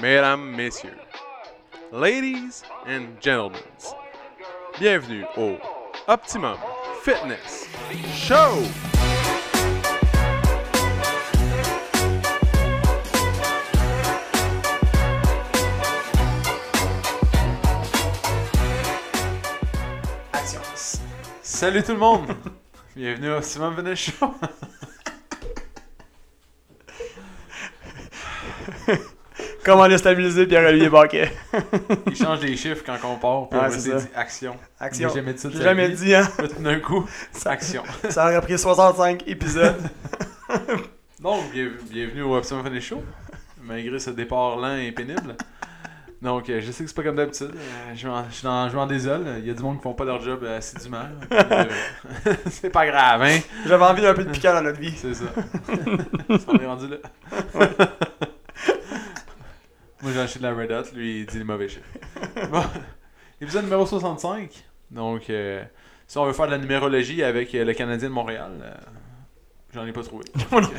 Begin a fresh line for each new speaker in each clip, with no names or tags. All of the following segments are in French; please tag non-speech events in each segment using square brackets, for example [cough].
mesdames, messieurs, ladies and gentlemen, bienvenue au Optimum Fitness Show!
Action.
Salut tout le monde! [laughs] bienvenue au Optimum Fitness Show!
Comment le stabiliser Pierre-Olivier Baquet?
Il change des chiffres quand on part pour
Ouais,
essayer
c'est
de
ça.
dire action.
Action.
J'ai jamais dit ça de
J'ai
sa
jamais
vie.
dit, hein?
Là, Tout d'un coup, c'est action.
Ça aurait pris 65 épisodes.
Donc, bien- bienvenue au Optimum Fitness Show, malgré ce départ lent et pénible. Donc, euh, je sais que c'est pas comme d'habitude. euh, je m'en- je suis dans- je m'en désole. Il y a du monde qui font pas leur job euh, assidûment. Puis, euh, [laughs] c'est pas grave, hein?
J'avais envie d'un peu de piquant dans notre vie.
C'est ça. [laughs] On est rendu là. Moi, j'ai acheté de la Red Hot. Lui, il dit les mauvais chiffres. Bon, épisode numéro 65. Donc, euh, si on veut faire de la numérologie avec euh, le Canadien de Montréal, euh, j'en ai pas trouvé.
Moi non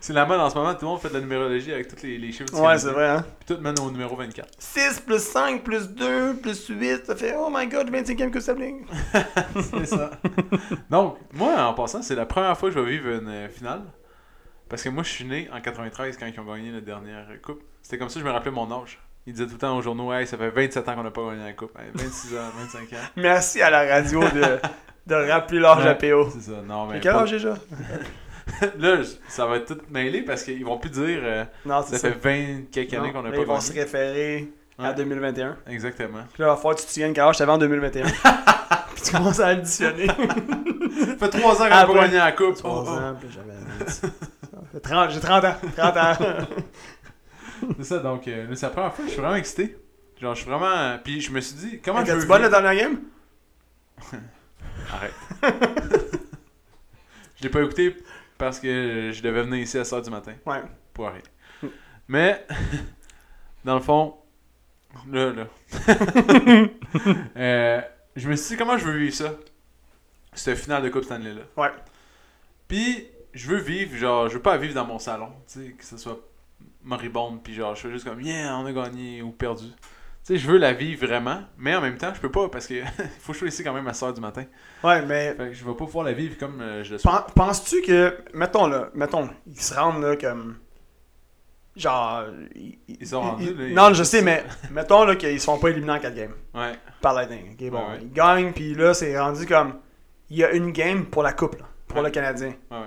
C'est la mode en ce moment, tout le monde fait de la numérologie avec tous les, les chiffres. du
[laughs] Ouais,
Canadien.
c'est vrai, hein?
Puis tout mène au numéro 24.
[laughs] 6 plus 5 plus 2 plus 8, ça fait oh my god, 25e que ça bling.
c'est ça. [laughs] Donc, moi, en passant, c'est la première fois que je vais vivre une euh, finale. Parce que moi, je suis né en 93 quand ils ont gagné la dernière coupe. C'était comme ça que je me rappelais mon âge. Ils disaient tout le temps aux journaux, hey, ça fait 27 ans qu'on n'a pas gagné la coupe. Hey, 26 ans, 25
[laughs]
ans.
Merci à la radio de, de rappeler l'âge à PO.
C'est ça, non, mais.
Mais quel
pas-
âge déjà?
[laughs] Là, je- ça va être tout mêlé parce qu'ils vont plus dire, euh,
Non,
ça
c'est ça.
fait 20 quelques années
Non,
qu'on n'a
là,
pas
ils
gagné.
vont se référer à
Ouais.
2021.
Exactement.
Puis là, il va falloir que tu te souviennes quel âge t'avais en 2021.
[laughs]
Puis tu commences à additionner.
Ça fait 3 ans qu'on n'a pas
Après-
gagné la coupe.
Trois
Oh, oh.
ans, puis j'avais 30, j'ai 30 ans, 30 ans.
C'est ça, donc, euh, là, c'est la première fois, je suis vraiment excité. Genre, je suis vraiment. euh, Puis je me suis dit, comment je
T'es-tu
veux.
bonne la
vivre-
dernière game?
Arrête. [laughs] je l'ai pas écouté parce que je devais venir ici à 7h du matin
Ouais.
pour rien. Mais, [laughs] dans le fond, là,
[laughs]
là. Euh, je me suis dit, comment je veux vivre ça? Ce final de Coupe Stanley-là.
Ouais.
Puis, je veux vivre, genre, je veux pas vivre dans mon salon, tu sais, que ce soit moribonde, puis genre, je suis juste comme, yeah, on a gagné ou perdu. Tu sais, je veux la vivre vraiment, mais en même temps, je peux pas parce que [laughs] il faut que je sois ici quand même à 7h du matin.
Ouais, mais
Fait que je vais pas pouvoir la vivre comme euh, je le souhaite.
pen- penses-tu que, mettons là, mettons, ils se rendent là comme. Genre. Ils,
Ils sont rendus, là, ils-
Non, je sais, mais [laughs] mettons là qu'ils se font pas éliminer en 4 games
Ouais,
par Lightning. ok, bon,
Ouais, ouais.
ils gagnent, puis là, c'est rendu comme. Il y a une game pour la coupe, là, pour
Ouais.
le Canadien.
ouais, ouais.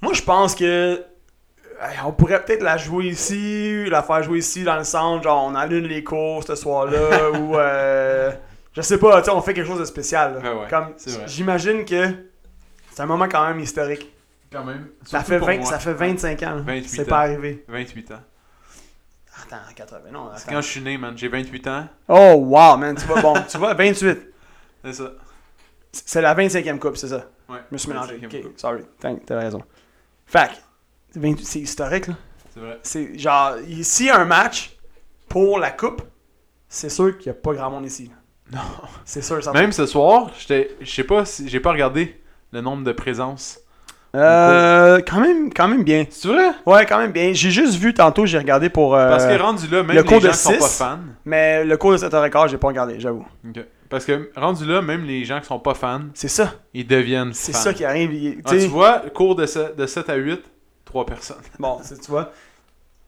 Moi, je pense que. hey, On pourrait peut-être la jouer ici, la faire jouer ici dans le centre, genre on annule les cours
[laughs]
ce soir-là, ou. euh, je sais pas, tu sais, on fait quelque chose de spécial. là.
Ah Ouais, ouais,
Comme,
c'est vrai.
j'imagine que c'est un moment quand même historique.
Quand même.
Ça
surtout
fait,
pour
20
moi.
ça fait 25 ans. là.
28
C'est
ans.
pas arrivé.
28 ans.
Attends, 80, non.
C'est
attends.
quand je suis né, man. J'ai 28 ans.
Oh, wow, man, tu vois, bon, tu vois, 28.
C'est ça.
C'est la 25e coupe, c'est ça.
Ouais.
Je me suis mélangé.
25e
Ok,
coupe.
sorry. T'as- T'as raison. Fac, 28 c'est historique, là.
C'est vrai.
C'est genre, y- s'il y a un match pour la coupe, c'est sûr qu'il n'y a pas grand monde ici.
Non.
C'est sûr,
[laughs]
ça
Même ce soir, j'étais- je sais pas si j'ai pas regardé le nombre de présences.
Euh, quand même, quand même bien.
C'est vrai?
Ouais, quand même bien. J'ai juste vu tantôt, j'ai regardé pour. euh,
Parce que rendu là, même
le
les
cours
gens
de
qui sont pas
six.
fans.
Mais le cours de 7h15, j'ai pas regardé, j'avoue.
Ok. Parce que rendu là, même les gens qui sont pas fans,
C'est ça.
ils deviennent fans.
C'est ça qui arrive. il-
Ah,
tu sais,
tu vois, cours de, se- de 7 à 8, 3 personnes. [laughs]
Bon, c'est- tu vois.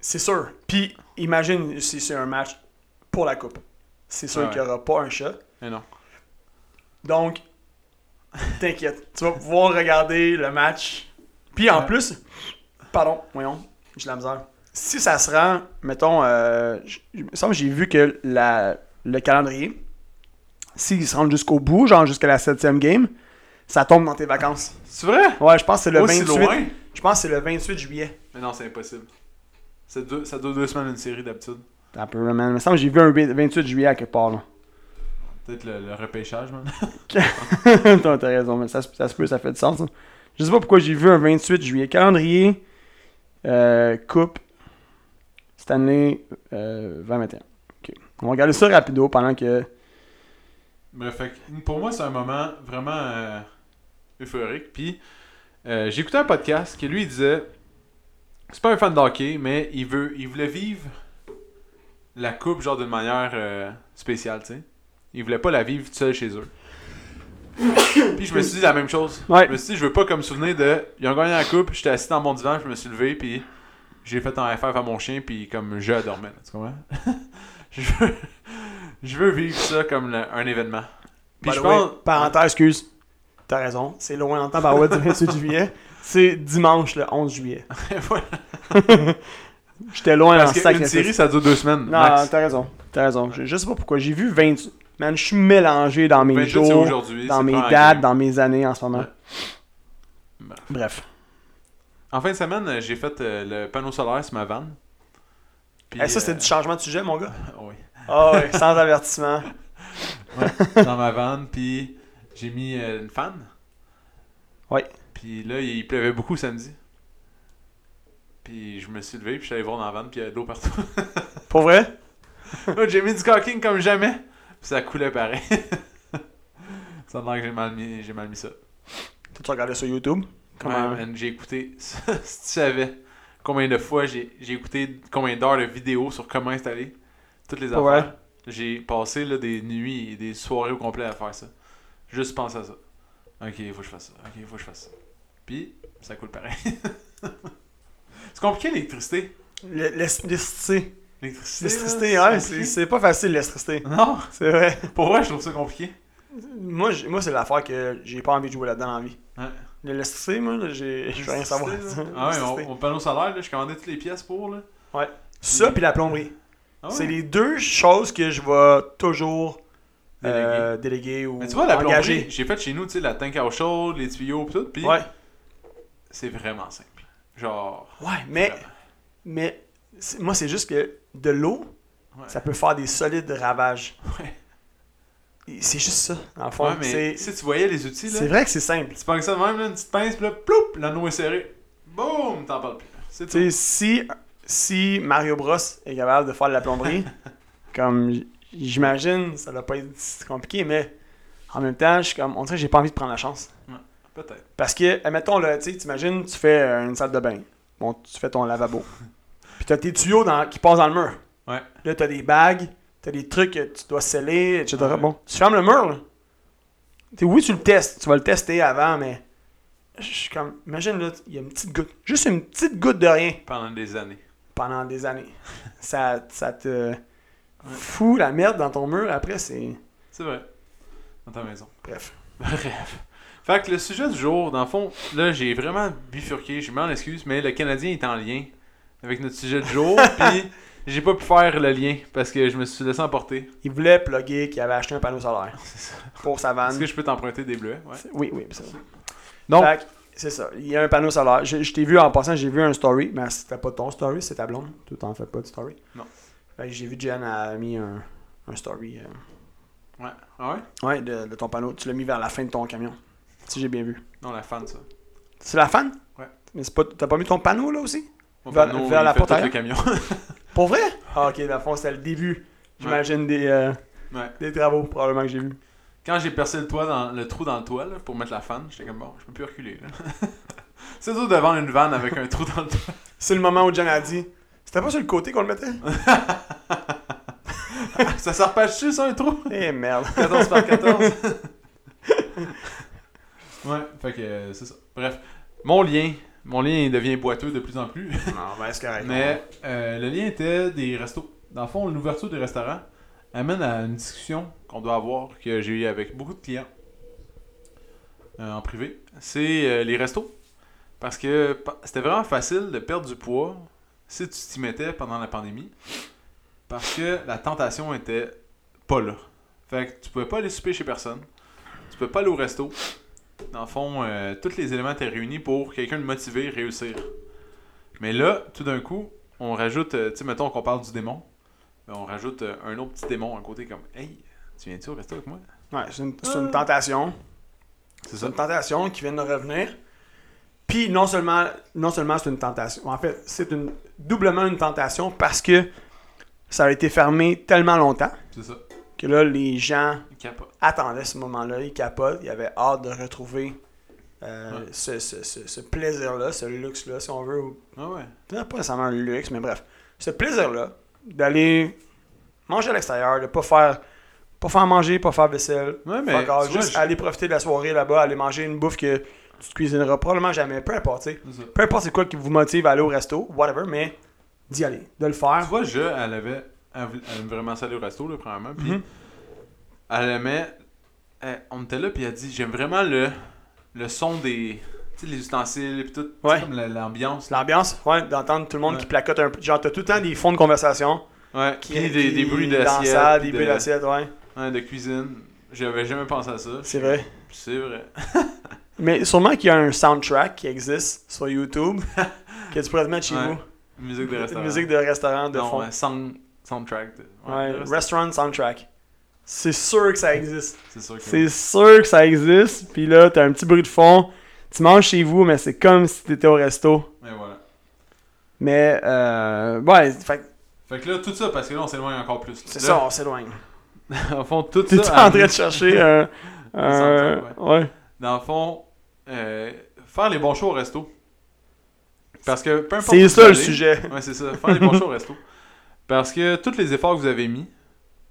C'est sûr. Puis, imagine si c'est un match pour la coupe. C'est sûr
Ah Ouais,
qu'il n'y aura pas un chat.
Mais non.
Donc, t'inquiète, tu vas pouvoir regarder le match. Puis en
Ouais.
plus, pardon, voyons, j'ai de la misère. Si ça se rend, mettons, euh, j- il me semble que j'ai vu que la, le calendrier, s'ils se rendent jusqu'au bout, genre jusqu'à la septième game, ça tombe dans tes vacances.
C'est vrai?
Ouais, je pense que c'est le
Aussi
28.
loin?
Je pense que c'est le 28 juillet.
Mais non, c'est impossible. Ça dure, ça dure deux semaines une série d'habitude.
Un peu, man. Il me semble que j'ai vu un 28 juillet à quelque part, là.
Peut-être le, le repêchage, man. [laughs]
[laughs] T'as t'as raison, mais ça, se- ça se peut, ça fait du sens. ça. Je sais pas pourquoi j'ai vu un 28 juillet. Calendrier, euh, coupe, Stanley, euh, 2021. Ok. On va regarder ça rapido pendant que.
Bref, fait que pour moi, c'est un moment vraiment euh, euphorique. Puis, euh, j'ai écouté un podcast qui lui il disait C'est pas un fan de hockey, mais il veut, il voulait vivre la coupe genre d'une manière euh, spéciale, tu sais. Il voulait pas la vivre tout seul chez eux. [coughs] puis je me suis dit la même chose.
Ouais.
Je me suis dit, je veux pas comme souvenir de. Ils ont gagné la coupe, j'étais assis dans mon divan, je me suis levé, puis j'ai fait un FF à mon chien, puis comme je dormais, là, tu comprends? [laughs] je, veux, je veux vivre ça comme le- un événement. [laughs] Puis
By
je
the way,
pense.
Parenthèse, excuse. T'as raison. C'est loin en temps par ouais du 28 juillet. C'est dimanche le 11 juillet.
Voilà.
Ah, J'étais loin en
Parce
sac.
qu'une série, ça dure deux semaines.
Non,
max.
t'as raison. T'as raison. Je, je sais pas pourquoi. J'ai vu 20. Man, je suis mélangé dans mes
28, Ben, c'est
jours,
aujourd'hui,
dans
c'est
mes
pas un
dates,
game.
dans mes années en ce moment.
Ouais. Bah.
Bref.
En fin de semaine, euh, j'ai fait euh, le panneau solaire sur ma vanne. Puis,
Eh, ça, c'était
euh,
du changement de sujet, mon gars.
oui,
Ah ouais, sans avertissement.
dans ma vanne, puis j'ai mis euh, une fan.
Ouais.
Puis là, il pleuvait beaucoup samedi. Puis je me suis levé, puis je suis allé voir dans la vanne, puis il y avait de l'eau partout. [laughs]
Pour vrai?
Là, j'ai mis du caulking comme jamais, puis ça coulait pareil. [laughs] ça me que j'ai mal mis, j'ai mal mis ça.
T'as-tu regardé sur YouTube? Comment?
Ouais, man, j'ai écouté, [laughs] si tu savais combien de fois j'ai j'ai écouté combien d'heures de vidéos sur comment installer toutes les affaires.
Ouais.
J'ai passé là, des nuits et des soirées au complet à faire ça. Juste penser à ça. Ok, il faut que je fasse ça. Ok, il faut que je fasse ça. Puis, ça coule pareil. [laughs] c'est compliqué l'électricité.
Le- L'estricité.
L'électricité. là,
L'estricité, ouais,
compliqué.
c'est c'est pas facile l'estricité.
Non,
C'est vrai.
pour moi, je trouve ça compliqué.
Moi, j'ai- moi c'est l'affaire que j'ai pas envie de jouer là-dedans dans la vie.
Ouais.
Le L'estricité, moi, là, j'ai- je veux rien savoir.
L'électricité, là. Ah ouais,
L'estricité.
au, au panneau solaire, là, je commandais toutes les pièces pour. Là.
Ça, puis la plomberie.
Ah ouais.
C'est les deux choses que je vais toujours euh, déléguer, ou
Mais tu vois, la plomberie,
engager.
j'ai fait chez nous, tu sais, la tank à eau chaude, les tuyaux, pis tout, pis
Ouais.
c'est vraiment simple. Genre, [laughs]
ouais, mais,
Vraiment.
mais c'est- moi, c'est juste que de l'eau,
Ouais.
ça peut faire des solides ravages.
ouais.
Et C'est juste ça, en fond.
Ouais, mais
C'est-
si tu voyais les outils,
c'est
là,
vrai que c'est simple.
tu prends ça de même, là, une petite pince, pis là, ploup, l'anneau est serré. Boum, t'en parles plus. C'est tout.
Tu sais, si, si Mario Bros est capable de faire de la
[laughs]
plomberie, comme j- j'imagine, ça doit pas être si compliqué, mais en même temps, je suis comme, on dirait que j'ai pas envie de prendre la chance.
Peut-être.
Parce que, admettons, là, tu sais, t'imagines, tu fais euh, une salle de bain. Bon, tu fais ton
[laughs]
lavabo. Puis t'as tes tuyaux dans- qui passent dans le mur.
Ouais.
Là, t'as des bagues, t'as des trucs que tu dois sceller, etc.
Ouais.
Bon, tu fermes le mur, là. Tu sais, oui, tu le testes. Tu vas le tester avant, mais... Je suis comme... Imagine, là, il y a une petite goutte. Juste une petite goutte de rien
Pendant des années.
pendant des
[laughs]
années. Ça, ça te fout la merde dans ton mur après, c'est.
C'est vrai. Dans ta maison. [laughs]
Bref.
Bref. Fait que le sujet du jour, dans le fond, là, j'ai vraiment bifurqué, je m'en excuse, mais le Canadien est en lien avec notre sujet du
[laughs]
jour, puis j'ai pas pu faire le lien parce que je me suis laissé emporter.
Il voulait plugger qu'il avait acheté un panneau solaire
C'est ça.
pour sa vanne.
Est-ce que je peux t'emprunter des bleus? Ouais.
C'est- Oui, oui, c'est ça.
Donc-
Fait que, c'est ça. Il y a un panneau solaire. Je, je t'ai vu en passant, j'ai vu un story, mais c'était pas ton story, c'était ta blonde. Tout en fait pas de story.
Non.
Fait que j'ai vu Jen a mis un, un story. euh,
Ouais. Ah ouais?
ouais, de, de ton panneau. Tu l'as mis vers la fin de ton camion. Si j'ai bien vu.
Non, la fan, ça.
C'est la fan?
Ouais.
Mais c'est pas, t'as pas mis ton panneau là aussi?
Mon
Vers-
panneau,
vers
il
la
fait
porte
tout le
arrière?
camion. [laughs]
Pour vrai? Ah, ok, dans le fond, c'était le début. J'imagine des, euh,
Ouais.
des travaux, probablement, que j'ai vu.
Quand j'ai percé le, toit dans, le trou dans le toit là, pour mettre la fan, j'étais comme bon, je peux plus reculer. là. [laughs] C'est dur devant une vanne avec un trou dans le toit. [laughs]
C'est le moment où John a dit C'était pas sur le côté qu'on le mettait
ça sert pas dessus, ça, un trou [laughs]
Eh merde.
14 par 14. [laughs] ouais, fait que euh, c'est ça. Bref, mon lien, mon lien il devient boiteux de plus en plus.
Non, ben c'est correct.
Mais euh, le lien était des restos. Dans le fond, l'ouverture des restaurants amène à une discussion qu'on doit avoir, que j'ai eu avec beaucoup de clients euh, en privé. C'est euh, les restos. Parce que pa- c'était vraiment facile de perdre du poids si tu t'y mettais pendant la pandémie. Parce que la tentation était pas là. Fait que tu pouvais pas aller souper chez personne. Tu pouvais pas aller au resto. Dans le fond, euh, tous les éléments étaient réunis pour quelqu'un de motivé réussir. Mais là, tout d'un coup, on rajoute, euh, tu sais, mettons qu'on parle du démon, ben, on rajoute euh, un autre petit démon à côté comme Hey, tu viens-tu au resto avec moi
Ouais, c'est une, c'est une tentation.
C'est
C'est
ça.
une tentation qui vient de revenir. Puis, non seulement, non seulement c'est une tentation. En fait, c'est une, doublement une tentation parce que ça a été fermé tellement longtemps
C'est ça.
que là, les gens
Capote.
attendaient ce moment-là. Ils capotent. Ils avaient hâte de retrouver euh,
Ouais.
ce, ce- ce- ce plaisir-là, ce luxe-là, si on veut, ou-
Ah ouais.
non, pas nécessairement un luxe, mais bref, ce plaisir-là d'aller manger à l'extérieur, de pas faire pas faire manger, pas faire vaisselle,
Ouais, mais
fuck all,
tu vois,
juste
je-
aller profiter de la soirée là-bas, aller manger une bouffe que tu te cuisineras probablement jamais, peu importe, tu sais.
C'est ça.
peu importe c'est quoi qui vous motive à aller au resto, whatever, mais d'y aller, de le
Tu
faire.
vois, je, elle avait. Elle voulait- elle aime vraiment ça aller au resto, là, premièrement. Puis,
Mhm.
elle aimait. elle- on était là, puis elle dit J'aime vraiment le, le son des. Tu sais, les ustensiles, puis tout. tu sais,
Ouais.
Comme la- l'ambiance. là.
L'ambiance, ouais, d'entendre tout le monde
Ouais.
qui placote un peu. Genre, t'as tout le temps des fonds de conversation.
Ouais,
qui-
puis des,
qui-
des bruits
dans la
d'assiette.
salle,
puis
Des
de-
bruits d'assiette, ouais.
ouais, de cuisine. J'avais jamais pensé à ça.
C'est vrai.
C'est vrai.
Mais sûrement qu'il y a un soundtrack qui existe
[laughs]
sur YouTube que tu pourrais te mettre chez
Ouais,
vous.
Musique de restaurant.
Musique de restaurant de
non,
fond.
ouais, sound- soundtrack. de-
Ouais,
de restaurant.
restaurant soundtrack. C'est sûr que ça existe.
C'est sûr que.
C'est sûr que ça existe. Puis là, t'as un petit bruit de fond. Tu manges chez vous, mais c'est comme si t'étais au resto.
Mais voilà.
Mais, euh, ouais, fait que
Fait que là, tout ça, parce que là, on s'éloigne encore plus.
c'est
Là,
ça, on s'éloigne.
Dans le fond, tout
T'es
ça.
en train de
[laughs]
chercher un. un-
soundtrack,
ouais.
Dans le fond, euh, faire les bons shows au resto. Parce que peu importe. où
C'est ça
vous
le
allez-
sujet.
Ouais, c'est ça. Faire les
[laughs]
bons shows au resto. Parce que tous les efforts que vous avez mis,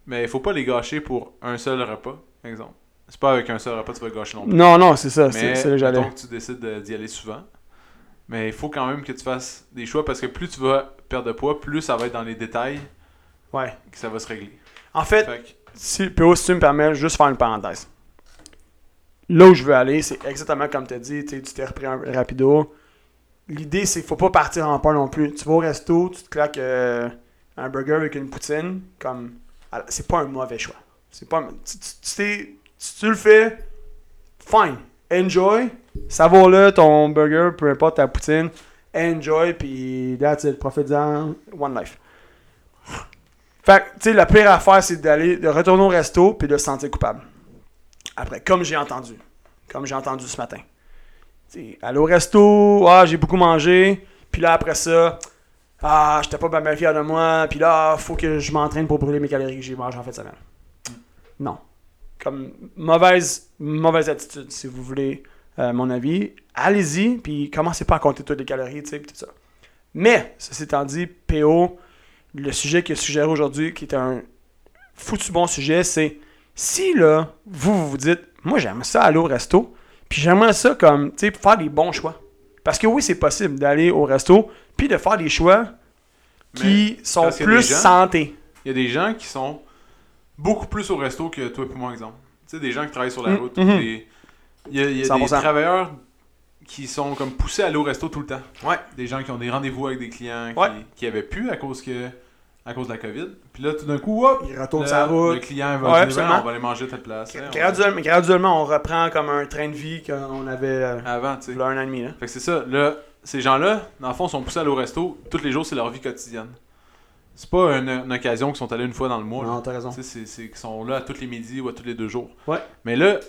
mais il faut pas les gâcher pour un seul repas, exemple. C'est pas avec un seul repas que tu vas gâcher non plus.
Non, non, c'est ça. Ah, C'est
Mais
c'est là que
mettons
j'allais.
que tu décides de- d'y aller souvent. Mais il faut quand même que tu fasses des choix parce que plus tu vas perdre de poids, plus ça va être dans les détails
Ouais.
que ça va se régler.
En fait,
Fait que-
si, PO, si tu me permets, juste faire une parenthèse. Là où je veux aller, c'est exactement comme tu as dit, tu sais, tu t'es repris un rapido. L'idée, c'est qu'il faut pas partir en pain non plus. Tu vas au resto, tu te claques euh, un burger avec une poutine, comme alors, c'est pas un mauvais choix. C'est pas un- tu, tu- tu t'es- tu- tu le fais, fine, enjoy, savoure-le ton burger, peu importe ta poutine, enjoy, puis là, tu profites-en, one life. Fait que, tu sais, la pire affaire, c'est d'aller, de retourner au resto puis de se sentir coupable. Après, comme j'ai entendu. Comme j'ai entendu ce matin. Tu sais, aller au resto, ah, j'ai beaucoup mangé. Puis là, après ça, ah, j'étais pas bien fier de moi. Puis là, ah, faut que je m'entraîne pour brûler mes calories que j'ai mangées en fin de semaine. Non. Comme mauvaise, mauvaise attitude, si vous voulez euh, mon avis. Allez-y, puis commencez pas à compter toutes les calories, tu sais, puis tout ça. Mais, ceci étant dit, PO, le sujet qu'il a suggéré aujourd'hui, qui est un foutu bon sujet, c'est si là, vous vous, vous dites, moi j'aime ça aller au resto, puis j'aimerais ça comme, tu sais, faire des bons choix. Parce que oui, c'est possible d'aller au resto, puis de faire des choix qui sont
parce qu'il y a
plus
des gens-
santé.
Il y a des gens qui sont beaucoup plus au resto que toi et moi, exemple. Tu sais, des gens qui travaillent sur la
Mm,
route.
mhm.
des- Il y a, il y a des
100%.
travailleurs qui sont comme poussés à aller au resto tout le temps.
Ouais.
Des gens qui ont des rendez-vous avec des clients qui,
Ouais.
qui avaient pu à cause que à cause de la COVID. Puis là, tout d'un coup, hop,
Ils retournent
le,
sa
le
route.
client
Ouais,
va dire Ah,
absolument.
on va aller manger à telle place. hein, on-
Graduellement, graduellement, on reprend comme un train de vie qu'on avait euh,
Avant, tu sais.
il y a un an et demi. là.
Fait que Ah, c'est ça. Là, ces gens-là, dans le fond, sont poussés à aller au resto tous les jours, c'est leur vie quotidienne. C'est pas une, une occasion qu'ils sont allés une fois dans le mois. là.
Non, t'as raison.
Tu sais, c'est- c'est qu'ils sont là à tous les midis ou à tous les deux jours.
Ouais.
Mais là,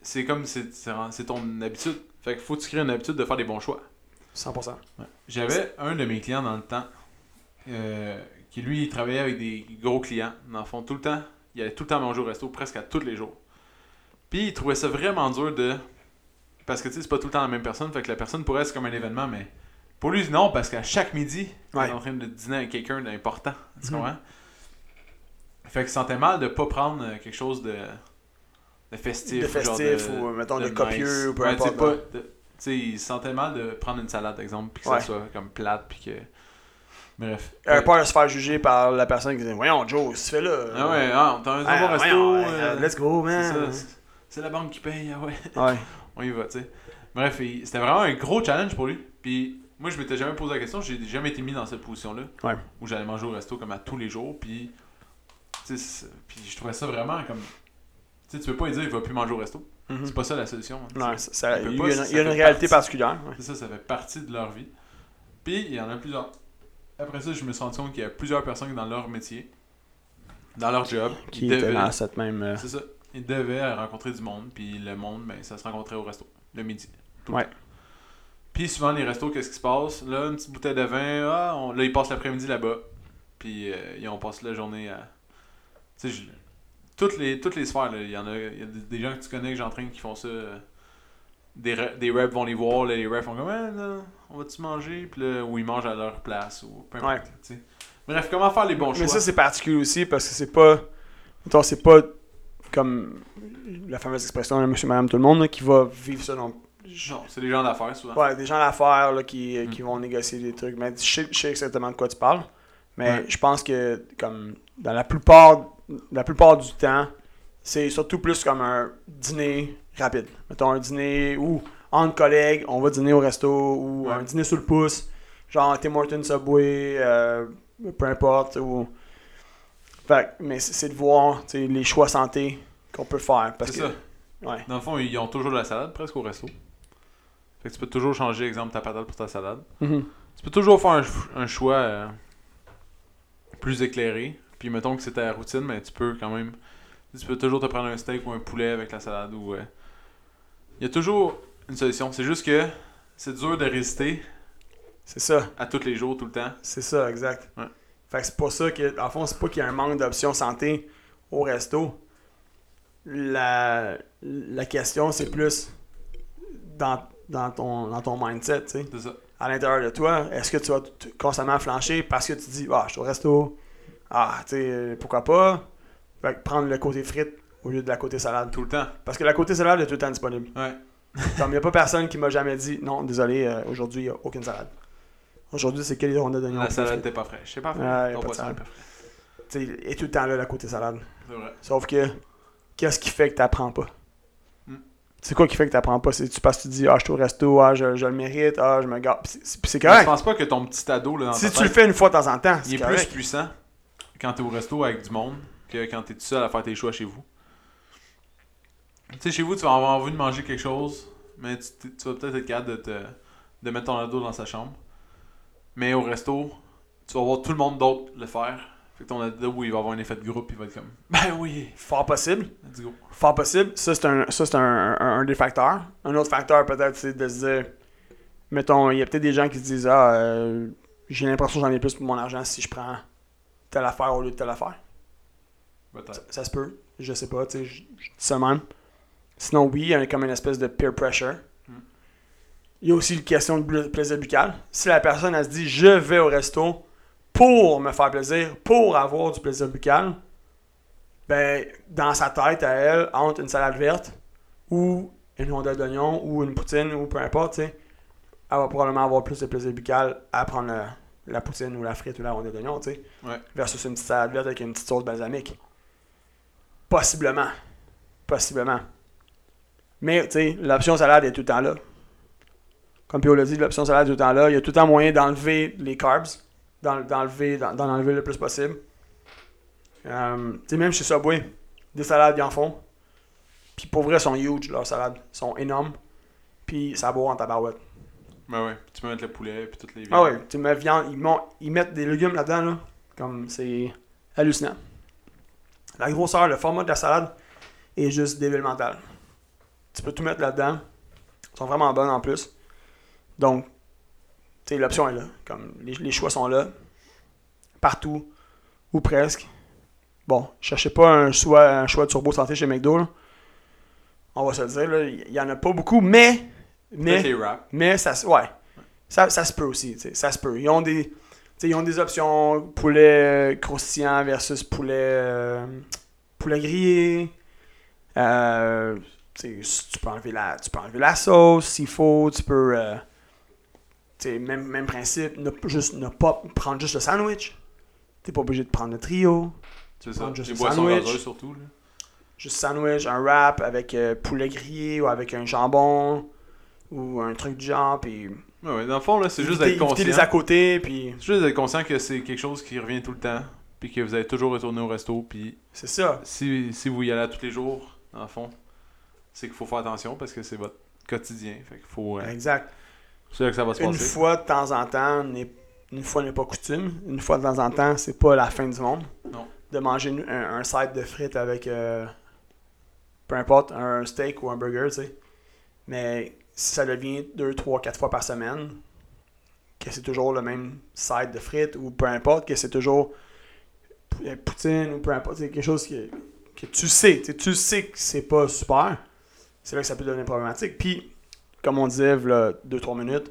c'est comme c'est c'est- c'est ton habitude. Fait qu'il faut que tu crées une habitude de faire des bons choix.
100%.
J'avais un de mes clients dans le temps euh, qui, lui, il travaillait avec des gros clients. Dans le fond, tout le temps, il allait tout le temps manger au resto, presque à tous les jours. Puis il trouvait ça vraiment dur de. Parce que tu sais, c'est pas tout le temps la même personne. Fait que la personne pourrait, c'est comme un événement, mais pour lui, non, parce qu'à chaque midi, il
Ouais.
est en train de dîner avec quelqu'un d'important. Tu
Mhm.
comprends? Fait qu'il se sentait mal de pas prendre euh, quelque chose de, de festif.
De
genre
festif ou, mettons, de
nice.
copieux ou peu
Ouais, tu sais,
importe,
pas-
ouais.
de- tu sais, il se sentait mal de prendre une salade, exemple, puis que
Ouais. Euh,
ça soit comme plate, puis que. Bref.
Un peur de se faire juger par la personne qui dit Voyons, Joe, qu'est-ce que tu fais là.
Ah ouais, ah, on t'a un
Ah,
bon resto.
voyons,
euh,
euh, let's go,
c'est ça,
man.
c'est- C'est la banque qui paye, ah ouais. [laughs]
Ouais.
On y va, tu sais. Bref, il- c'était vraiment un gros challenge pour lui. Puis moi, je m'étais jamais posé la question, j'ai jamais été mis dans cette position-là.
Ouais.
Où j'allais manger au resto comme à tous les jours, puis. tu sais, c'est- Puis je trouvais ça vraiment comme. Tu sais, tu peux pas lui dire il va plus manger au resto.
Mhm.
C'est pas ça la solution. hein, tu sais.
Non, ça- ça-
On peut
il y
pas,
a une,
ça-
il y
ça
a une
fait
réalité
partie.
particulière. ouais.
C'est ça, ça fait partie de leur vie. Puis, il y en a plusieurs. Après ça, je me suis rendu compte qu'il y a plusieurs personnes dans leur métier, dans leur job,
Qui
ils
était
devaient,
dans cette même. euh,
c'est ça, ils devaient rencontrer du monde, puis le monde, ben, ça se rencontrait au resto, le midi. tout le
Ouais.
temps. Puis souvent, les restos, qu'est-ce qui se passe? Là, une petite bouteille de vin, ah, on- là, ils passent l'après-midi là-bas, puis euh, ils ont passé la journée à... Tu sais, je- toutes les, toutes les sphères, là, il y en a, il y a des- des gens que tu connais, que j'entraîne, qui font ça... euh, des, re- des reps vont les voir, là, les refs vont comme Eh, là, on va-tu manger Puis là, ou ils mangent à leur place, ou peu importe. tu sais. Bref, comment faire les bons
Mais
choix
ça, c'est particulier aussi parce que c'est pas. mettons, c'est pas comme la fameuse expression de monsieur, madame, tout le monde là, qui va vivre ça. Donc,
Non, c'est des gens d'affaires souvent.
ouais, des gens d'affaires là, qui, euh,
Mm.
qui vont négocier des trucs. Mais je sais, je sais exactement de quoi tu parles. Mais
Ouais.
je pense que, comme dans la plupart, la plupart du temps, c'est surtout plus comme un dîner rapide. Mettons un dîner où, entre collègues, on va dîner au resto ou
Ouais.
un dîner sur le pouce, genre Tim Hortons Subway, euh, peu importe. Ou... Fait que- mais c'est c'est de voir tu sais, les choix santé qu'on peut faire. Parce
C'est
que,
ça.
Ouais.
Dans le fond, ils ont toujours de la salade presque au resto. Fait que tu peux toujours changer, exemple, ta patate pour ta salade.
Mhm.
Tu peux toujours faire un, ch- un choix euh, plus éclairé. Puis mettons que c'est ta routine, mais tu peux quand même. Tu peux toujours te prendre un steak ou un poulet avec la salade ou. euh, Il y a toujours une solution. C'est juste que c'est dur de résister
C'est ça.
à tous les jours, tout le temps.
C'est ça, exact.
Ouais.
Fait que c'est pas ça que. En fond, c'est pas qu'il y a un manque d'options santé au resto. La, la question, c'est plus dans, dans, ton, dans ton mindset, tu sais.
C'est ça.
À l'intérieur de toi, est-ce que tu vas t- constamment flancher parce que tu dis, ah, je suis au resto, ah, tu sais, pourquoi pas. Fait que prendre le côté frites au lieu de la côté salade.
Tout le temps.
Parce que la côté salade est tout le temps disponible.
Ouais.
Comme il n'y a pas personne qui m'a jamais dit, non, désolé, euh, aujourd'hui, il n'y a aucune salade. Aujourd'hui, c'est quelle ronde de
La salade, t'es pas fraîche. C'est pas frais.
Ouais,
Ton
y a pas de
poisson est
salade.
pas frais.
tu sais, est tout le temps là, la côté salade.
C'est vrai.
Sauf que, qu'est-ce qui fait que t'apprends pas?
Mm.
C'est quoi qui fait que t'apprends pas? C'est-tu parce que tu dis, ah, je suis au resto, ah, je, je le mérite, ah, je me garde. Puis c'est- puis c'est
Mais Je
correct.
pense pas que ton petit ado, là, dans
Si
ta
tu le
tête,
fais une fois de temps en temps,
Il
c'est
est plus
correct.
puissant quand t'es au resto avec du monde que quand t'es tout seul à faire tes choix chez vous. Tu sais, chez vous, tu vas avoir envie de manger quelque chose, mais tu, tu- tu vas peut-être être capable de, te- de mettre ton ado dans sa chambre. Mais au resto, tu vas voir tout le monde d'autre le faire. Fait que ton ado, il va avoir un effet de groupe, il va être comme [laughs] Ben oui,
Fort possible.
let's go.
Fort possible. Ça, c'est un, ça, c'est un, un- un des facteurs. Un autre facteur, peut-être, c'est de se dire, mettons, il y a peut-être des gens qui se disent, ah, euh, j'ai l'impression que j'en ai plus pour mon argent si je prends telle affaire au lieu de telle affaire. Ça,
Peut-être.
ça se peut. Je sais pas, tu sais, je je dis ça même. Sinon, oui, il y a comme une espèce de peer pressure.
Mm.
Il y a aussi une question de pla- plaisir buccal. Si la personne, elle se dit, je vais au resto pour me faire plaisir, pour avoir du plaisir buccal, ben, dans sa tête, à elle, entre une salade verte ou une rondelle d'oignon ou une poutine ou peu importe, tu sais, elle va probablement avoir plus de plaisir buccal à prendre la, la poutine ou la frite ou la rondelle d'oignon, tu sais,
Ouais.
versus une petite salade verte avec une petite sauce balsamique. Possiblement. Possiblement. Mais, tu sais, l'option salade est tout le temps là. Comme Pio l'a dit, l'option salade est tout le temps là. Il y a tout le temps moyen d'enlever les carbs, d'en- d'enlever d'en d'en enlever le plus possible. Euh, tu sais, même chez Subway, des salades, ils en font. Puis pour vrai, ils sont huge, leurs salades. Ils sont énormes. Puis ça boit en tabarouette.
Ben ouais, puis tu peux mettre le poulet, puis toutes les
Ah ouais, tu mets viande, ils, mon- ils mettent des légumes là-dedans, là. Comme c'est hallucinant. La grosseur, le format de la salade est juste débile mental. Tu peux tout mettre là-dedans. Ils sont vraiment bonnes en plus. Donc, tu sais, l'option est là. Comme les, les choix sont là. Partout. Ou presque. Bon, cherchez pas un choix, un choix de turbo santé chez McDo. là. On va se le dire, là, il y, y en a pas beaucoup, mais. mais
Peut-être les wraps.
mais ça, se- ouais, ça, ça se peut aussi, tu sais, ça se peut. Ils ont des, tu sais, ils ont des options poulet euh, croustillant versus poulet, euh, poulet grillé. Euh, tu sais, si tu peux enlever la, tu peux enlever la sauce s'il faut, tu peux, euh, tu sais, même, même principe, ne, juste ne pas prendre juste le sandwich. T'es pas obligé de prendre le trio.
C'est ça.
Prendre juste
Les
un
boissons
sandwich.
gazeuses surtout. Là.
Juste sandwich, un wrap avec euh, poulet grillé ou avec un jambon ou un truc du genre. Puis
Ouais, ouais, dans le fond, là, c'est juste
Éviter-
d'être conscient.
éviter les à côté, puis
C'est juste d'être conscient que c'est quelque chose qui revient tout le temps, puis que vous allez toujours retourner au resto, puis
c'est ça.
si, si vous y allez à tous les jours, dans le fond, c'est qu'il faut faire attention parce que c'est votre quotidien. Fait qu'il faut. euh,
Exact.
c'est là que ça va se
Une
passer.
fois de temps en temps, n'est- une fois n'est pas coutume. Une fois de temps en temps, c'est pas la fin du monde.
Non.
De manger une- un, un side de frites avec, euh, peu importe, un steak ou un burger, tu sais. Mais si ça devient deux, trois, quatre fois par semaine, que c'est toujours le même side de frites ou peu importe, que c'est toujours pou- euh, poutine ou peu importe, c'est quelque chose que, que tu sais, tu sais, tu sais que c'est pas super, c'est là que ça peut devenir problématique. Puis comme on disait, là, 2-3 minutes,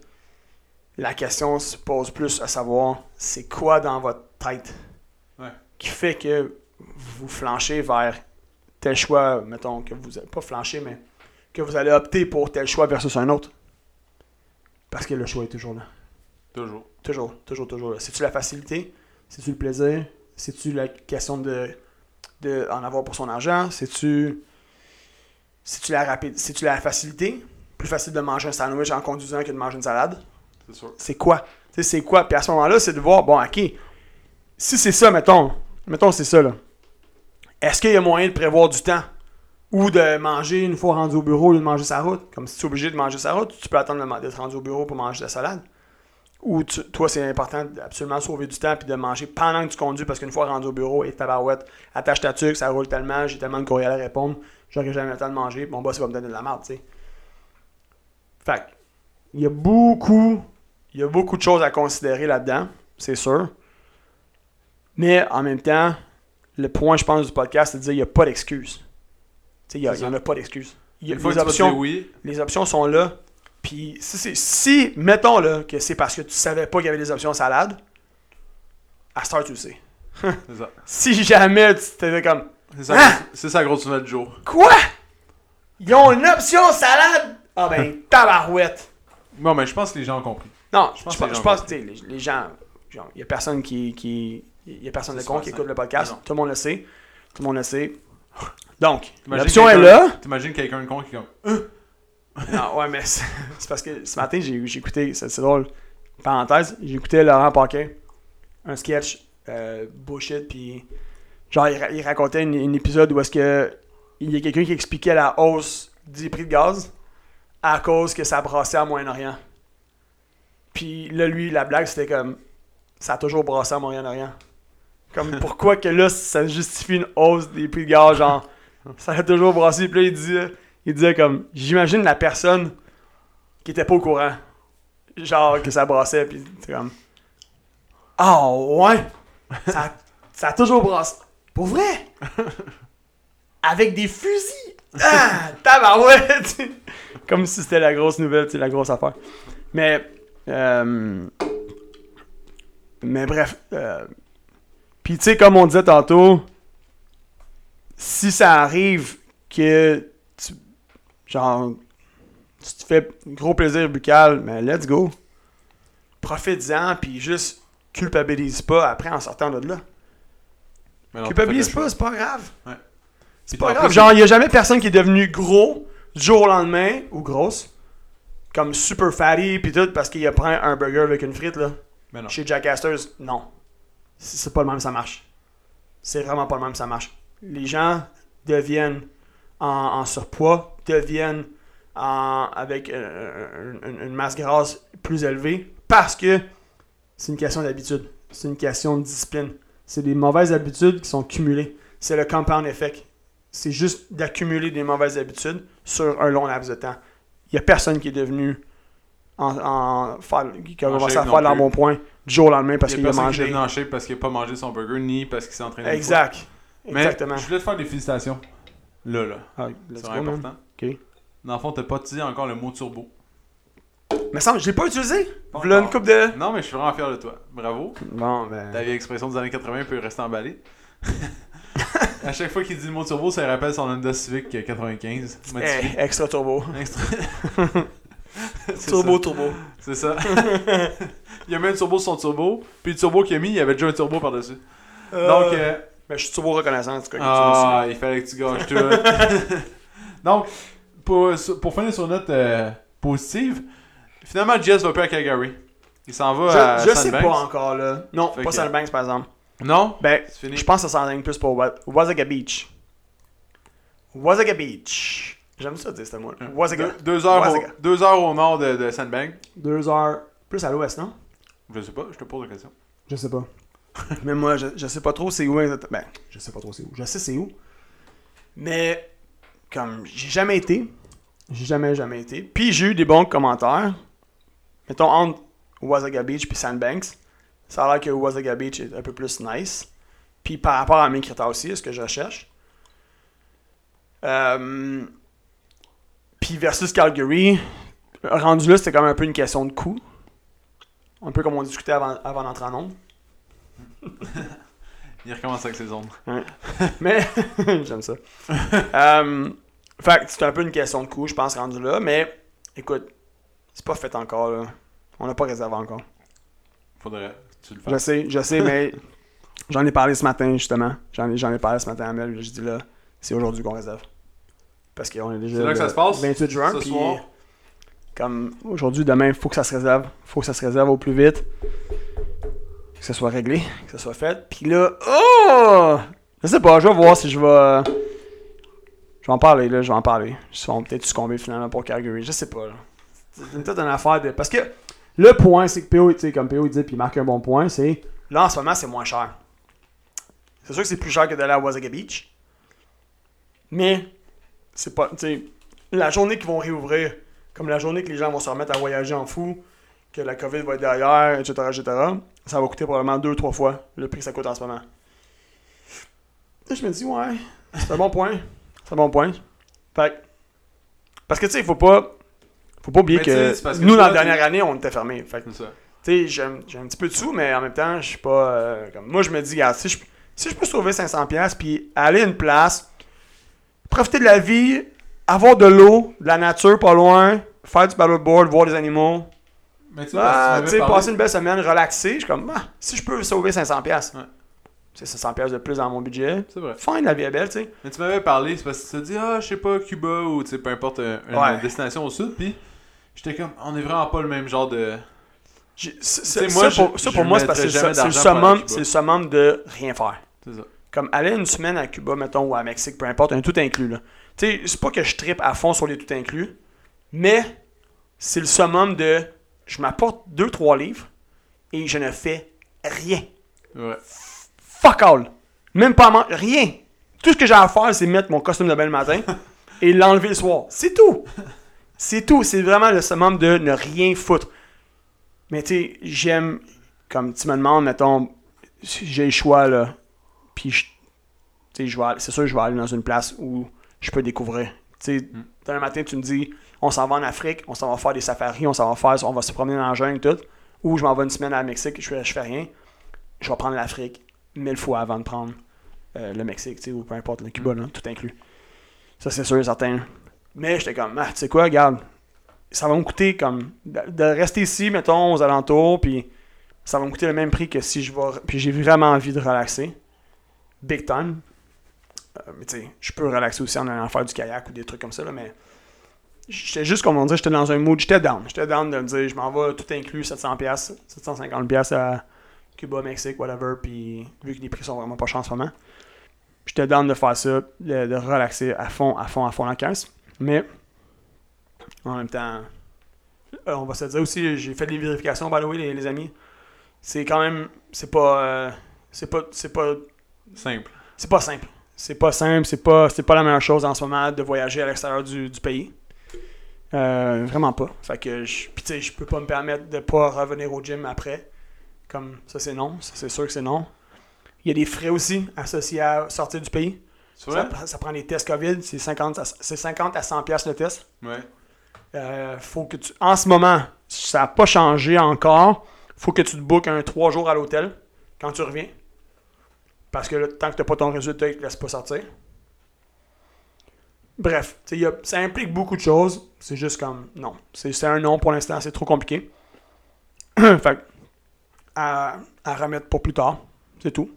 la question se pose plus à savoir c'est quoi dans votre tête
Ouais.
qui fait que vous flanchez vers tel choix, mettons, que vous pas flancher, mais que vous allez opter pour tel choix versus un autre. Parce que le choix est toujours là.
Toujours.
Toujours, toujours, toujours. là. C'est-tu la facilité? C'est-tu le plaisir? C'est-tu la question de, de en avoir pour son argent? C'est-tu. C'est-tu la rapide. C'est-tu la facilité? Plus facile de manger un sandwich en conduisant que de manger une salade?
C'est sûr.
C'est quoi? Tu sais, c'est quoi? Puis à ce moment-là, c'est de voir, bon, ok. Si c'est ça, mettons. Mettons, c'est ça, là. Est-ce qu'il y a moyen de prévoir du temps? Ou de manger une fois rendu au bureau, ou de manger sa route? Comme si tu es obligé de manger sa route, tu peux attendre le- d'être rendu au bureau pour manger de la salade ou tu- toi, c'est important d'absolument sauver du temps puis de manger pendant que tu conduis parce qu'une fois rendu au bureau et tabarouette, attache ta tuque, ça roule tellement, j'ai tellement de courriels à répondre, j'aurai jamais le temps de manger, mon boss il va me donner de la merde, tu sais. Fait que, il y a beaucoup, il y a beaucoup de choses à considérer là-dedans, c'est sûr. Mais en même temps, le point, je pense, du podcast, c'est de dire il n'y a pas d'excuse. Tu sais, il y a-
C'est
il n'y en a pas d'excuse. Il y a
Une fois
des
que tu vas dire
options
oui,
les options sont là. Puis si, c'est- si mettons là, que c'est parce que tu savais pas qu'il y avait des options salade, à cette heure, tu le sais.
c'est ça.
Si jamais tu t'étais comme
C'est ça,
Ah!
c'est ça la grosse nouvelle du jour.
Quoi? Ils ont une option salade? Ah
[laughs]
ben tabarouette!
Bon, mais je pense que les gens ont compris.
Non,
Je
je
pense
pense,
que les gens
je pense
vont-
tu sais, les, les gens. genre, Il y a personne qui. qui il y a personne de
C'est
con qui
super
écoute le
simple.
podcast.
Non.
Tout le monde le sait. Tout le monde le sait. Donc,
T'imagines
l'option est
quelqu'un-
là.
T'imagines quelqu'un de con qui est comme.
[laughs] Non, ouais, mais c'est c'est parce que ce matin, j'ai j'ai écouté, c'est c'est drôle, parenthèse, j'écoutais Laurent Paquin, un sketch euh, bullshit, puis genre, il, ra- il racontait une- un épisode où est-ce que il y a quelqu'un qui expliquait la hausse des prix de gaz à cause que ça brassait à Moyen-Orient. Puis là, lui, la blague, c'était comme, ça a toujours brassé à Moyen-Orient. Comme, pourquoi que là, ça justifie une hausse des prix de gaz, genre, ça a toujours brassé, puis là, il disait... Il disait comme j'imagine la personne qui était pas au courant. Genre que ça brassait puis c'est comme Ah ouais. Ça, ça a toujours brassé. Pour vrai Avec des fusils. Ah, tabarouette. [laughs] comme si c'était la grosse nouvelle, tu sais, la grosse affaire. Mais euh, mais bref, euh, puis tu sais comme on disait tantôt si ça arrive que tu, genre, tu te fais gros plaisir buccal, mais let's go. Profite-en, puis juste culpabilise pas après en sortant de là.
Mais non,
culpabilise
faites le choix.
pas, c'est pas grave.
Puis
C'est pas
en
grave.
plus,
Genre, il y a jamais personne qui est devenu gros du jour au lendemain, ou grosse, comme super fatty, puis tout, parce qu'il a pris un burger avec une frite, là.
Mais non.
Chez Jack Astor's, non. C'est c'est pas le même, ça marche. C'est vraiment pas le même, ça marche. Les gens deviennent en, en surpoids, deviennent en- avec euh, une, une masse grasse plus élevée parce que c'est une question d'habitude, c'est une question de discipline. C'est des mauvaises habitudes qui sont cumulées. C'est le compound effect. C'est juste d'accumuler des mauvaises habitudes sur un long laps de temps. Il n'y a personne qui est devenu en, en faire- qui a
En
commencé
shape
à
non
faire leur
plus.
bon point du jour au lendemain parce
y
qu'il a
personne qui est
mangé.
devenu en shape parce qu'il n'a pas mangé son burger ni parce qu'il s'est entraîné. une
Exact.
fois. Mais
Exactement.
Je voulais te faire des félicitations. Là, là.
Ah, let's
C'est
go,
important.
man. Ok.
Dans le fond, t'as pas utilisé encore le mot turbo.
Mais ça, je l'ai pas utilisé.
Pas
V'là une
encore.
coupe de.
Non, mais je suis vraiment fier de toi. Bravo.
Bon, ben.
Ta vieille expression des années 80 peut rester
[laughs]
emballée. à chaque fois qu'il dit le mot turbo, ça lui rappelle son Honda Civic 95.
Hey,
modifié.
Eh, extra turbo. [laughs]
Extra- C'est
Turbo, turbo.
ça, C'est
[laughs]
ça. il a mis un turbo sur son turbo, puis le turbo qu'il a mis, il y avait déjà un turbo par-dessus. Donc, euh,
Mais Ben, je suis turbo reconnaissant, en tout cas. que tu
Ah, il fallait que tu gâches tout. [laughs] Donc, pour, pour finir sur une note euh, positive, finalement, Jess va plus à Calgary. Il s'en
me
va
suis-
à
Je, je sais
Sandbanks.
pas encore, là. Non,
Fait
pas
que-
Sandbanks, par exemple.
Non?
Ben,
C'est fini.
je pense que ça s'enseigne plus pour Wa- Wasaga Beach. Wasaga Beach. J'aime ça dire ce mot. Wasaga.
Deux, deux heures
Wasaga.
au, deux heures au nord de, de Sandbank.
Deux heures plus à l'ouest, non?
Je sais pas, je te pose la question.
Je sais pas. [laughs] mais moi, je, je sais pas trop c'est où exactement. Ben, je sais pas trop c'est où. Je sais c'est où. Mais, comme, j'ai jamais été. J'ai jamais, jamais été. Puis j'ai eu des bons commentaires. Mettons, entre Wasaga Beach puis Sandbanks, ça a l'air que Wasaga Beach est un peu plus nice. Puis par rapport à mes critères aussi, ce que je recherche. Euh, puis versus Calgary, Rendu là, c'était quand même un peu une question de coût. Un peu comme on discutait avant, avant d'entrer en onde.
Il recommence avec ses ondes.
Mais [laughs] j'aime ça. Euh, fait que c'est un peu une question de coût, je pense, rendu là. Mais écoute, c'est pas fait encore. là. On n'a pas réservé encore.
Faudrait que tu le
Je
fasses.
sais, je sais, mais [laughs] j'en ai parlé ce matin, justement. J'en ai, j'en ai parlé ce matin à Mel. J'ai dit là, c'est aujourd'hui qu'on réserve. Parce qu'on est déjà.
C'est là que ça
le
se passe,
28 juin.
ce
puis
soir.
Comme aujourd'hui, demain, il faut que ça se réserve. faut que ça se réserve au plus vite. Que ça soit réglé, que ça soit fait. Puis là, oh Je sais pas, je vais voir si je vais. Je vais en parler, là, je vais en parler. Ils vont peut-être succomber finalement pour Calgary, je sais pas. là. C'est une- peut-être une affaire de. Parce que le point, c'est que PO, tu sais, comme PO il dit, puis il marque un bon point, c'est. Là, en ce moment, c'est moins cher. C'est sûr que c'est plus cher que d'aller à Wasaga Beach. Mais, c'est pas. Tu sais, la journée qu'ils vont réouvrir, comme la journée que les gens vont se remettre à voyager en fou, que la COVID va être derrière, etc., etc., ça va coûter probablement deux, trois fois le prix que ça coûte en ce moment. Et je me dis, ouais, c'est un bon point. C'est un bon point. Fait que- Parce que, tu sais, il faut pas. Faut pas oublier
Mais tu sais, c'est
que,
parce que
nous,
toi,
la
t'es-
dernière année, on était fermés. Fait que
C'est ça.
tu sais, j'ai un- j'ai un petit peu de sous, mais en même temps, je suis pas. euh, comme, moi, je me dis, regarde, si je, si je peux sauver 500$ puis aller à une place, profiter de la vie, avoir de l'eau, de la nature pas loin, faire du paddleboard, voir les animaux,
Mais tu sais,
ah,
parce que
tu
tu m'avais
sais, passer
parlé-
une belle semaine, relaxer, je suis comme, ah, si je peux sauver 500$,
Ouais.
c'est 500$ de plus dans mon budget.
C'est vrai.
Fine, la vie est belle, tu sais.
Mais tu m'avais parlé, c'est parce que tu t'es dit, ah, je sais pas, Cuba ou tu sais, peu importe, un- une
Ouais.
destination au sud. Puis j'étais comme, on est vraiment pas le même genre de.
J'ai-
sais,
c'est- Ça,
moi,
pour,
je-
ça,
je
pour moi, c'est parce que
mettrais
c'est
jamais
le- c'est le
d'argent pour aller à
summum-
Cuba.
c'est le summum de rien faire.
C'est ça.
comme aller une semaine à Cuba, mettons, ou à Mexique, peu importe, un tout inclus. là. Tu sais, c'est pas que je tripe à fond sur les tout inclus, mais c'est le summum de je m'apporte 2-3 livres et je ne fais rien.
Ouais.
Fuck all. Même pas man- rien. Tout ce que j'ai à faire, c'est mettre mon costume de bain le matin et l'enlever le soir. C'est tout. C'est tout. C'est vraiment le summum de ne rien foutre. Mais tu sais, j'aime, comme tu me demandes, mettons, si j'ai le choix, là, puis je- tu sais, je vais aller- c'est sûr que je vais aller dans une place où je peux découvrir. Tu sais, demain matin, tu me dis, on s'en va en Afrique, on s'en va faire des safaris, on s'en va faire, on va se promener dans la jungle, tout. Ou je m'en vais une semaine à Mexique, je fais, je fais rien. Je vais prendre l'Afrique mille fois avant de prendre euh, le Mexique, tu sais, ou peu importe, le Cuba, là, tout inclus. Ça, c'est sûr et certain. Mais j'étais comme, ah, tu sais quoi, regarde, ça va me coûter comme de, de rester ici, mettons, aux alentours, puis ça va me coûter le même prix que si je vais. Puis j'ai vraiment envie de relaxer. Big time. Euh, mais tu sais, je peux relaxer aussi en allant faire du kayak ou des trucs comme ça, là, mais j'étais juste, comme on dirait, j'étais dans un mood, j'étais down. J'étais down de me dire, je m'en vais tout inclus, 700$, 750$ à Cuba, Mexique, whatever, puis vu que les prix sont vraiment pas chers en ce moment, j'étais down de faire ça, de, de relaxer à fond, à fond, à fond la caisse. Mais en même temps, euh, on va se dire aussi, j'ai fait des vérifications, by the way, les, les amis. C'est quand même, c'est pas, euh, c'est pas, c'est pas
Simple.
c'est pas simple. C'est pas simple, c'est pas, c'est pas la meilleure chose en ce moment de voyager à l'extérieur du, du pays. Euh, vraiment pas. Fait que je, puis tu sais, je peux pas me permettre de pas revenir au gym après. Comme ça, c'est non. Ça, c'est sûr que c'est non. Il y a des frais aussi associés à sortir du pays.
C'est vrai?
Ça, ça prend des tests COVID. C'est 50 à, c'est 50 à 100 pièces le test.
Ouais.
Euh, faut que tu. En ce moment, ça n'a pas changé encore. Faut que tu te bookes un 3 jours à l'hôtel quand tu reviens. Parce que là, tant que tu n'as pas ton résultat, ils ne te laissent pas sortir. Bref, tu sais, il y a- ça implique beaucoup de choses. C'est juste comme non. C'est c'est un non pour l'instant, c'est trop compliqué. [clears throat] fait que, à, à remettre pour plus tard. C'est tout.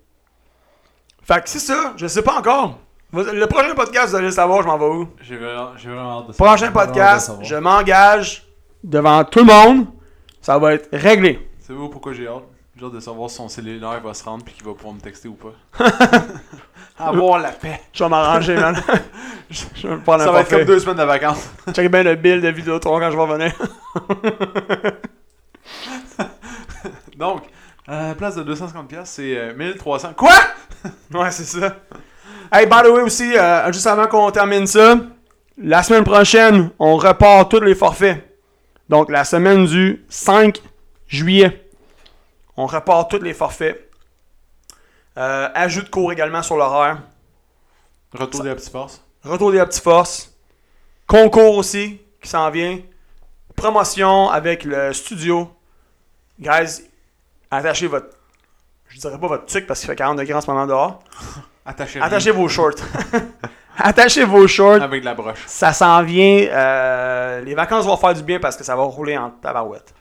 Fait que c'est ça, je sais pas encore. Vous- Le prochain podcast, vous allez le savoir, je m'en vais où.
J'ai vraiment, j'ai vraiment hâte de savoir.
Prochain
J'ai vraiment
podcast,
hâte de
je
savoir.
m'engage devant tout le monde. Ça va être réglé.
C'est vous pourquoi j'ai hâte? J'ai hâte de savoir si son cellulaire va se rendre puis qu'il va pouvoir me texter ou
[laughs]
pas. Avoir la paix.
Je vais m'arranger, man.
[laughs]
je je vais me prendre
Ça
un
va être
forfait.
comme deux semaines de vacances. [laughs]
Check bien le bill de Vidéotron quand je vais revenir.
Donc, euh, place de 250$, piastres, c'est euh, 1300$. [laughs] Quoi?
ouais, c'est ça. Hey, by the way, aussi, euh, juste avant qu'on termine ça, la semaine prochaine, on repart tous les forfaits. Donc, la semaine du 5 juillet, on repart tous les forfaits. Euh, ajout de cours également sur l'horaire.
Retour des petites forces.
Retour des petites forces. Concours aussi qui s'en vient. promotion avec le studio. Guys, attachez votre. Je dirais pas votre tuc parce qu'il fait 40 degrés en ce moment dehors.
Attaché
Attachez vos [laughs] shorts. attachez vos shorts.
avec de la broche.
Ça s'en vient. euh, les vacances vont faire du bien parce que ça va rouler en [laughs] tabarouette.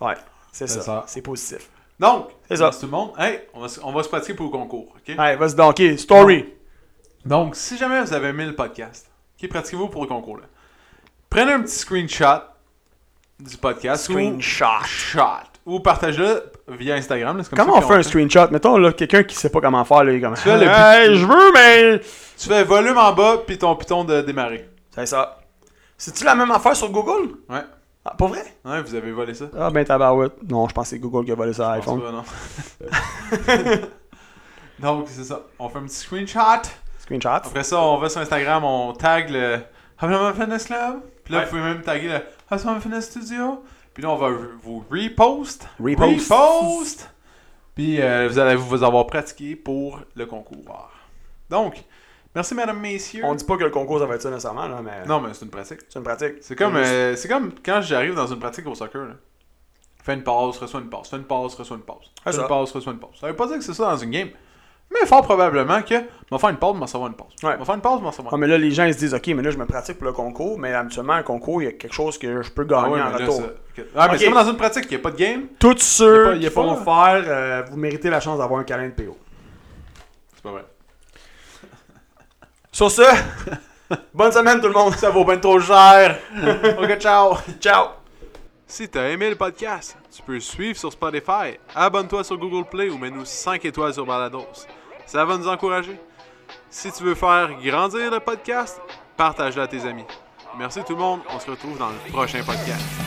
Ouais, c'est
C'est
ça.
ça.
C'est positif.
Donc,
C'est ça.
merci tout le monde. Hey, on va, se- on va se pratiquer pour le concours, OK?
Allez, vas-y donc. OK, story.
Donc, si jamais vous avez aimé le podcast, OK, pratiquez-vous pour le concours, là. Prenez un petit screenshot du podcast ou...
Screenshot.
Shot. Ou partagez-le via Instagram. là, c'est comme
Comment
ça
on
qu'on
fait un screenshot? Mettons, là, quelqu'un qui sait pas comment faire, là, il est comme.
fais le
Hey, je veux, mais.
Tu fais volume en bas, puis ton piton de démarrer.
C'est ça. C'est-tu la même affaire sur Google?
Ouais.
Ah, pas vrai?
Ouais, vous avez volé ça.
Ah, ben, tabarouette. Non, je pense que c'est Google qui a volé ça à
Je pense
iPhone.
pas, non. [laughs] Donc, c'est ça. On fait un petit screenshot.
Screenshot.
Après ça, on va sur Instagram, on tag le Haslam Fitness Club. Puis là,
Ouais.
vous pouvez même taguer le Haslam Fitness Studio. Puis là, on va re- vous repost.
Repost.
Repost. Puis euh, vous allez vous avoir pratiqué pour le concours. Donc, merci, mesdames, messieurs.
On dit pas que le concours, ça va être ça nécessairement, là, mais.
Non, mais c'est une pratique.
C'est une pratique.
C'est comme, euh, c'est comme quand j'arrive dans une pratique au soccer. Là. Fais une passe, reçois une passe, fais une passe, reçois une passe. Fais
C'est
une
ça.
passe, reçois une passe. Ça veut pas dire que c'est ça dans une game. Mais fort probablement que m'en faire une passe, m'en savoir une passe.
Ouais.
M'en faire une passe, m'en savoir
Ah,
une
mais là, les gens, ils se disent, OK, mais là, je me pratique pour le concours, mais habituellement, un concours, il y a quelque chose que je peux
Ah
gagner
ouais,
en
mais là,
retour.
c'est- ok. Ah, mais
Ok.
c'est comme dans une pratique, il n'y a pas de game.
Tous
Y a
ceux
pas- y a
qui
pas-
vont faire, euh, vous méritez la chance d'avoir un câlin de PO.
C'est pas vrai. [laughs]
Sur ce, bonne semaine, tout le monde.
Ça vaut bien trop cher. [laughs] ok, ciao.
Ciao.
Si t'as aimé le podcast, tu peux le suivre sur Spotify, abonne-toi sur Google Play ou mets-nous 5 étoiles sur Balados. Ça va nous encourager. Si tu veux faire grandir le podcast, partage-le à tes amis. Merci tout le monde, on se retrouve dans le prochain podcast.